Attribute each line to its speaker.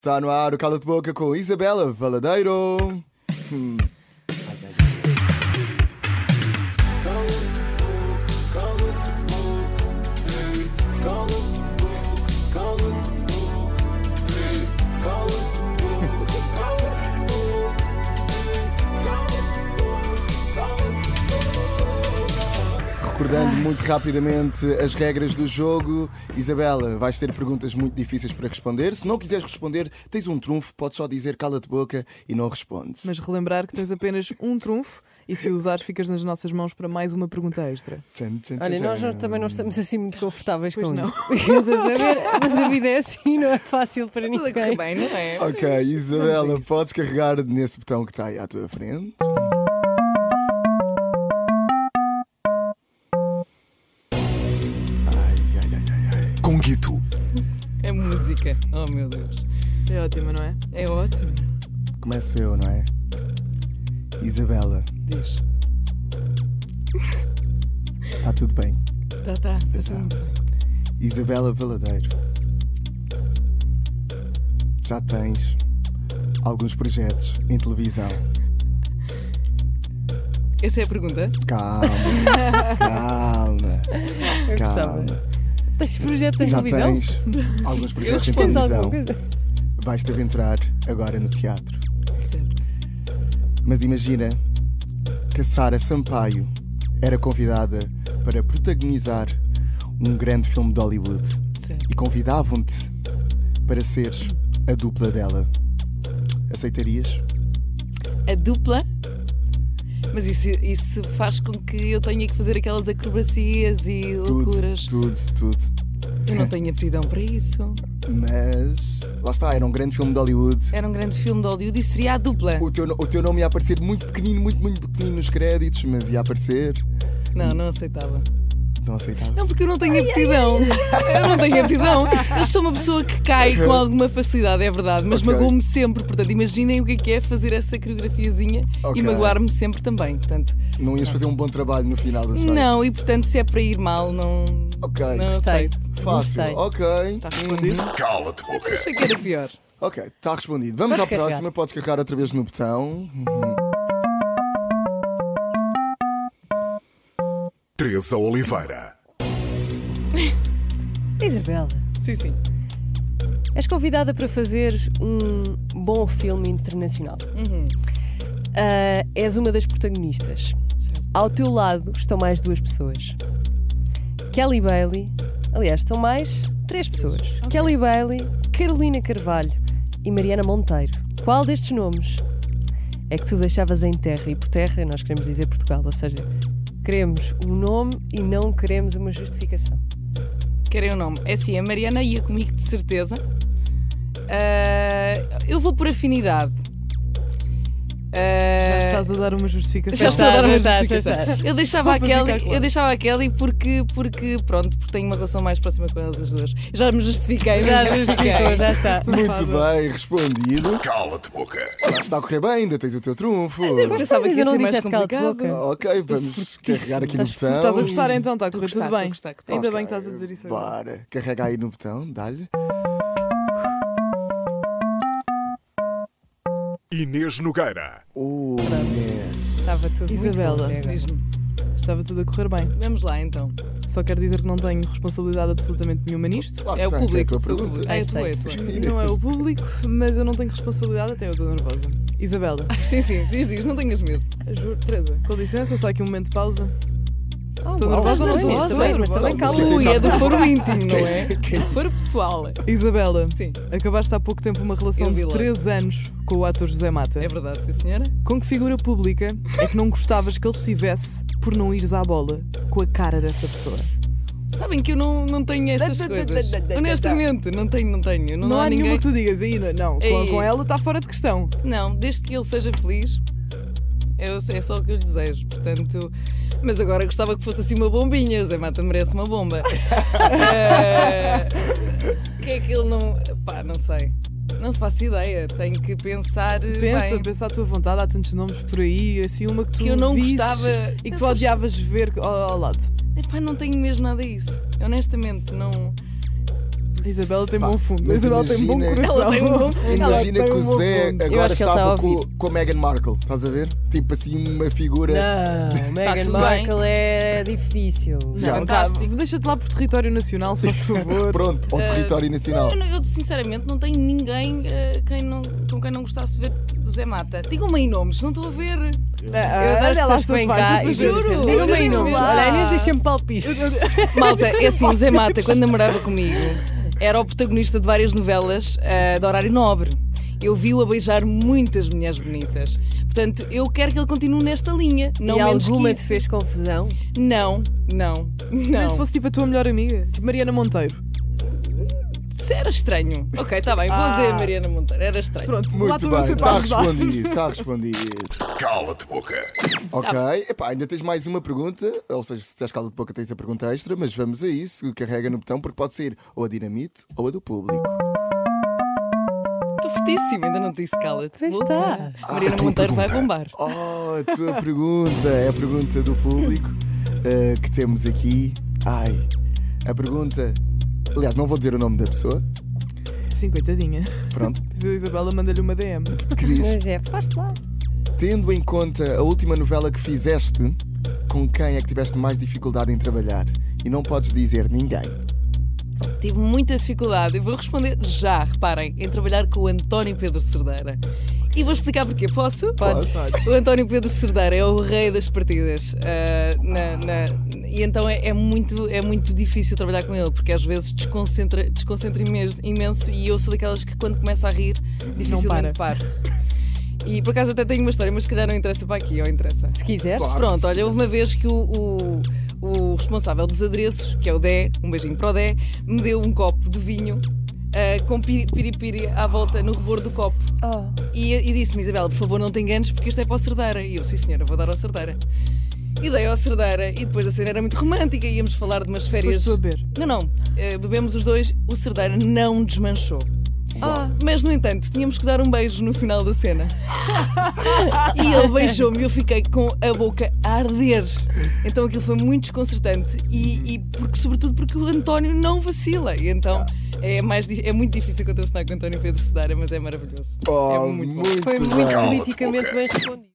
Speaker 1: Está Tá no ar o Cala de Boca com Isabela Valadeiro. Hum. Recordando muito rapidamente as regras do jogo, Isabela, vais ter perguntas muito difíceis para responder. Se não quiseres responder, tens um trunfo, podes só dizer cala-te boca e não respondes.
Speaker 2: Mas relembrar que tens apenas um trunfo e se usares, ficas nas nossas mãos para mais uma pergunta extra.
Speaker 1: Tchan, tchan, tchan,
Speaker 3: Olha, nós
Speaker 1: tchan.
Speaker 3: não- também não estamos assim muito confortáveis
Speaker 2: Pois
Speaker 3: com
Speaker 2: não.
Speaker 3: isto. Ficas a saber, mas a vida é assim, não é fácil para
Speaker 2: Tudo a correr
Speaker 3: ninguém.
Speaker 2: bem, não é?
Speaker 1: Ok, Isabela, podes carregar nesse botão que está aí à tua frente.
Speaker 4: Conguito.
Speaker 5: É música. Oh meu Deus.
Speaker 2: É ótimo, não é?
Speaker 5: É ótimo.
Speaker 1: Começo eu, não é? Isabela,
Speaker 5: Diz.
Speaker 1: está tudo bem.
Speaker 5: Tá, tá. Tá tudo muito bem.
Speaker 1: Isabela Valadeiro, já tens alguns projetos em televisão.
Speaker 5: Essa é a pergunta?
Speaker 1: Calma, calma,
Speaker 3: Eu gostava.
Speaker 1: calma.
Speaker 3: Tens projetos em
Speaker 1: Já
Speaker 3: televisão?
Speaker 1: tens alguns projetos em
Speaker 3: Tens alguma
Speaker 1: televisão.
Speaker 3: coisa?
Speaker 1: Vais-te aventurar agora no teatro.
Speaker 5: Certo.
Speaker 1: Mas imagina que a Sara Sampaio era convidada para protagonizar um grande filme de Hollywood
Speaker 5: Certo.
Speaker 1: e convidavam-te para seres a dupla dela. Aceitarias?
Speaker 5: A dupla? Mas isso, isso faz com que eu tenha que fazer aquelas acrobacias e loucuras.
Speaker 1: Tudo, tudo, tudo.
Speaker 5: Eu não tenho aptidão para isso.
Speaker 1: Mas lá está, era um grande filme de Hollywood.
Speaker 5: Era um grande filme de Hollywood e seria a dupla.
Speaker 1: O teu, o teu nome ia aparecer muito pequenino, muito, muito pequenino nos créditos, mas ia aparecer.
Speaker 5: Não, não aceitava.
Speaker 1: Não aceitava.
Speaker 5: Não, porque eu não tenho aptidão. Eu não tenho aptidão. Eu sou uma pessoa que cai com alguma facilidade, é verdade, mas
Speaker 1: Uhum. Ok.
Speaker 5: magoou-me sempre. Portanto, imaginem o que é que é fazer essa coreografiazinha
Speaker 1: Ok.
Speaker 5: e magoar-me sempre também. Portanto,
Speaker 1: Não ias fazer um bom trabalho no final da história.
Speaker 5: não, e portanto, se é para ir mal, não.
Speaker 1: Ok,
Speaker 5: não
Speaker 3: Gostei.
Speaker 5: aceito.
Speaker 1: Fácil.
Speaker 3: Gostei.
Speaker 1: Ok.
Speaker 5: Está respondido?
Speaker 4: Cala-te boca.
Speaker 5: Achei que era pior.
Speaker 1: Ok, está respondido. Vamos
Speaker 3: Podes
Speaker 1: à
Speaker 3: carregar.
Speaker 1: próxima. Podes carregar outra vez no botão.
Speaker 4: 13 Oliveira.
Speaker 3: Isabela,
Speaker 5: Sim, sim.
Speaker 3: és convidada para fazer um bom filme internacional.
Speaker 2: Uhum.
Speaker 3: Ah, és uma das protagonistas.
Speaker 5: Certo.
Speaker 3: Ao teu lado estão mais duas pessoas. Kelly Bailey, aliás, estão mais três pessoas. Kelly Bailey, Carolina Carvalho e Mariana Monteiro. Qual destes nomes é que tu deixavas em terra? E por terra nós queremos dizer Portugal, ou seja, queremos um nome e não queremos uma justificação.
Speaker 5: Querem o nome? É assim, a Mariana ia comigo de certeza. Ah, eu vou por afinidade.
Speaker 2: Já
Speaker 5: Ah,
Speaker 2: estás a dar uma justificação.
Speaker 5: Já estou a dar é. uma
Speaker 3: está, já
Speaker 5: justificação. é. Eu deixava
Speaker 2: Só
Speaker 5: a
Speaker 2: para
Speaker 5: Kelly,
Speaker 2: ficar claro.
Speaker 5: eu deixava a Kelly porque, porque pronto, porque tenho uma relação mais próxima com elas as duas. Já me justifiquei, já me justifiquei.
Speaker 3: já está.
Speaker 1: Muito bem, respondido.
Speaker 4: Cala-te boca.
Speaker 1: Lá está a correr bem, ainda tens o teu trunfo.
Speaker 5: Pensava que
Speaker 3: ainda
Speaker 5: ia
Speaker 3: não
Speaker 5: ser mais
Speaker 3: disseste cala-te
Speaker 5: complicado.
Speaker 3: boca.
Speaker 1: Ok, vamos carregar aqui no
Speaker 2: Estás a
Speaker 1: botão.
Speaker 2: gostar então, está a correr
Speaker 5: Estou a
Speaker 2: tudo
Speaker 5: gostar,
Speaker 2: bem.
Speaker 5: estou a gostar.
Speaker 2: Ainda
Speaker 1: Ok,
Speaker 2: bem que estás a dizer isso agora.
Speaker 1: Bora, carrega aí no botão, dá-lhe.
Speaker 4: Inês Nogueira.
Speaker 1: Oh, Inês.
Speaker 3: Estava tudo muito
Speaker 2: Isabela,
Speaker 3: bom até agora.
Speaker 5: Diz-me,
Speaker 2: Estava tudo a correr bem.
Speaker 5: vamos lá então.
Speaker 2: Só quero dizer que não tenho responsabilidade absolutamente nenhuma nisto.
Speaker 1: Claro que
Speaker 5: É o
Speaker 1: tens,
Speaker 5: público.
Speaker 1: É a tua
Speaker 5: o público.
Speaker 1: pergunta.
Speaker 5: Ah, é tua, é tua.
Speaker 2: Não é o público, mas eu não tenho responsabilidade, até eu estou nervosa. Isabela,
Speaker 5: Sim, sim, diz, diz, não tenhas medo.
Speaker 2: juro, Teresa, com licença, só aqui um momento de pausa.
Speaker 3: Ah,
Speaker 2: Estou
Speaker 3: uau,
Speaker 2: nervosa, não
Speaker 3: mas
Speaker 2: estou?
Speaker 3: também,
Speaker 2: Estou
Speaker 3: Mas também
Speaker 1: nervosa.
Speaker 3: calma.
Speaker 1: Mas
Speaker 5: Ui, é do foro íntimo, não é? Do foro pessoal.
Speaker 2: Isabela,
Speaker 5: Sim.
Speaker 2: acabaste há pouco tempo uma relação
Speaker 5: Eu
Speaker 2: de
Speaker 5: vi lá.
Speaker 2: 3 anos com o ator José Mata.
Speaker 5: É verdade, sim senhora.
Speaker 2: Com que figura pública é que não gostavas que ele estivesse por não ires à bola com a cara dessa pessoa?
Speaker 5: Sabem que eu não, não tenho essas coisas. Honestamente, não tenho, não tenho. Não,
Speaker 2: Não, há
Speaker 5: ninguém...
Speaker 2: nenhuma que tu digas, aí não, não, com,
Speaker 5: Ei.
Speaker 2: com ela está fora de questão.
Speaker 5: Não, desde que ele seja feliz, eu- é só o que eu lhe desejo. Portanto, mas agora gostava que fosse assim uma bombinha. O Zé Mata merece uma bomba. Eh, O que é que ele não. Pá, não sei. Não faço ideia. Tenho que pensar. eh,
Speaker 2: Pensa,
Speaker 5: bem.
Speaker 2: pensa à tua vontade, há tantos nomes por aí, assim uma que tu
Speaker 5: Que eu não
Speaker 2: visses
Speaker 5: gostava-
Speaker 2: e que tu
Speaker 5: Pensas-
Speaker 2: odiavas ver ao, ao lado.
Speaker 5: Epá, não tenho mesmo nada a isso. Honestamente, não.
Speaker 2: Isabela tem
Speaker 1: Pá,
Speaker 2: bom fundo.
Speaker 1: mas
Speaker 2: Isabela tem bom
Speaker 1: imagina-
Speaker 3: oh,
Speaker 2: coração.
Speaker 5: Ela tem um bom fundo.
Speaker 1: Imagina
Speaker 2: Ela
Speaker 1: que
Speaker 2: tem
Speaker 1: o
Speaker 2: um bom
Speaker 1: Zé
Speaker 2: fundo.
Speaker 3: Eu
Speaker 1: agora
Speaker 3: acho que ele está a
Speaker 1: estava
Speaker 3: ouvir.
Speaker 1: com, com a Meghan Markle, estás a ver? Tipo assim, uma figura.
Speaker 3: Não, Meghan
Speaker 5: tudo
Speaker 3: Markle é difícil.
Speaker 2: Não, tá,
Speaker 5: Fantástico.
Speaker 2: Deixa-te lá por território nacional, se faz favor.
Speaker 1: Pronto, ao território nacional.
Speaker 5: Eu, não- eu, sinceramente não tenho ninguém eh, quem não, com quem não gostasse de ver o Zé Mata. Digam-me aí nomes, não estou a ver.
Speaker 3: Eu adoro
Speaker 2: Ah, olha lá
Speaker 3: pessoas
Speaker 2: se
Speaker 3: que vêm
Speaker 2: faz,
Speaker 3: cá
Speaker 2: eu
Speaker 3: e
Speaker 2: juro,
Speaker 3: dizem
Speaker 2: eu
Speaker 3: Deixa-me aí
Speaker 2: juro.
Speaker 3: nomes.
Speaker 2: Lá.
Speaker 3: Olha, a Inês deixa-me palpites.
Speaker 5: Malta, é assim, o Zé Mata, quando namorava comigo, era o protagonista de várias novelas eh, de horário nobre. Eu vi-o a beijar muitas mulheres bonitas. Portanto, eu quero que ele continue nesta linha. Não
Speaker 3: E
Speaker 5: menos que
Speaker 3: alguma te
Speaker 5: isso.
Speaker 3: fez confusão?
Speaker 5: Não, não, não.
Speaker 2: Nem se fosse tipo a tua melhor amiga, tipo Mariana Monteiro.
Speaker 5: Isso era estranho. Ok, está bem, vou
Speaker 2: Ah.
Speaker 5: dizer a Mariana Monteiro. Era estranho.
Speaker 2: Pronto, lá
Speaker 1: Muito
Speaker 2: estou eu
Speaker 1: bem,
Speaker 2: sempre a
Speaker 1: está
Speaker 2: ajudar.
Speaker 1: respondido, está respondido.
Speaker 4: Cala-te boca.
Speaker 1: Ok,
Speaker 5: Tá
Speaker 1: Epá, ainda tens mais uma pergunta, ou seja, se tens cala de boca tens a pergunta extra, mas vamos a isso, carrega no botão porque pode sair ou a dinamite ou a do público.
Speaker 5: Estou fortíssima, ainda não te disse cala-te.
Speaker 3: Pois
Speaker 5: Louca.
Speaker 3: está.
Speaker 5: Mariana
Speaker 4: Ah,
Speaker 5: Monteiro vai
Speaker 4: pergunta.
Speaker 5: bombar.
Speaker 1: Oh, a tua pergunta é a pergunta do público eh, que temos aqui. Ai, a pergunta. Aliás, não vou dizer o nome da pessoa,
Speaker 2: Sim, coitadinha.
Speaker 1: pronto,
Speaker 2: Mas A Isabela manda-lhe uma DM.
Speaker 1: que diz:
Speaker 3: Mas é, faz-te lá.
Speaker 1: Tendo em conta a última novela que fizeste, com quem é que tiveste mais dificuldade em trabalhar? E não podes dizer ninguém.
Speaker 5: Tive muita dificuldade e vou responder já, reparem, em trabalhar com o António Pedro Cerdeira. E vou explicar porquê. Posso?
Speaker 1: Podes.
Speaker 5: O António Pedro Cerdeira é o rei das partidas. ah, na- na- e então é, é muito, é muito difícil trabalhar com ele, porque às vezes desconcentra, desconcentra imenso, imenso e eu sou daquelas que quando começa a rir, dificilmente paro. E por acaso até tenho uma história, mas se calhar não interessa para aqui, ou interessa.
Speaker 3: Se quiseres.
Speaker 5: Pronto, olha, houve uma vez que o, o- o responsável dos adereços, que é o Dé, um beijinho para o Dé, me deu um copo de vinho ah, com piri- piripiri à volta no rebor do copo. E, e disse-me, Isabela, por favor, não te enganes, porque isto é para o Cerdeira. E eu, sim, senhora, vou dar ao Cerdeira. E dei ao Cerdeira, e depois a cena era muito romântica, íamos falar de umas férias.
Speaker 2: Foste tu a beber?
Speaker 5: Não, não. eh, bebemos os dois, o Cerdeira não desmanchou. Mas, no entanto, tínhamos que dar um beijo no final da cena. e ele beijou-me e eu fiquei com a boca a arder. Então aquilo foi muito desconcertante, e, e porque, sobretudo porque o António não vacila. E então é, mais, di- é muito difícil contracenar com o António Pedro Cedária, mas é maravilhoso.
Speaker 1: Oh,
Speaker 5: é muito bom.
Speaker 1: muito
Speaker 3: Foi muito
Speaker 1: bem.
Speaker 3: politicamente bem respondido.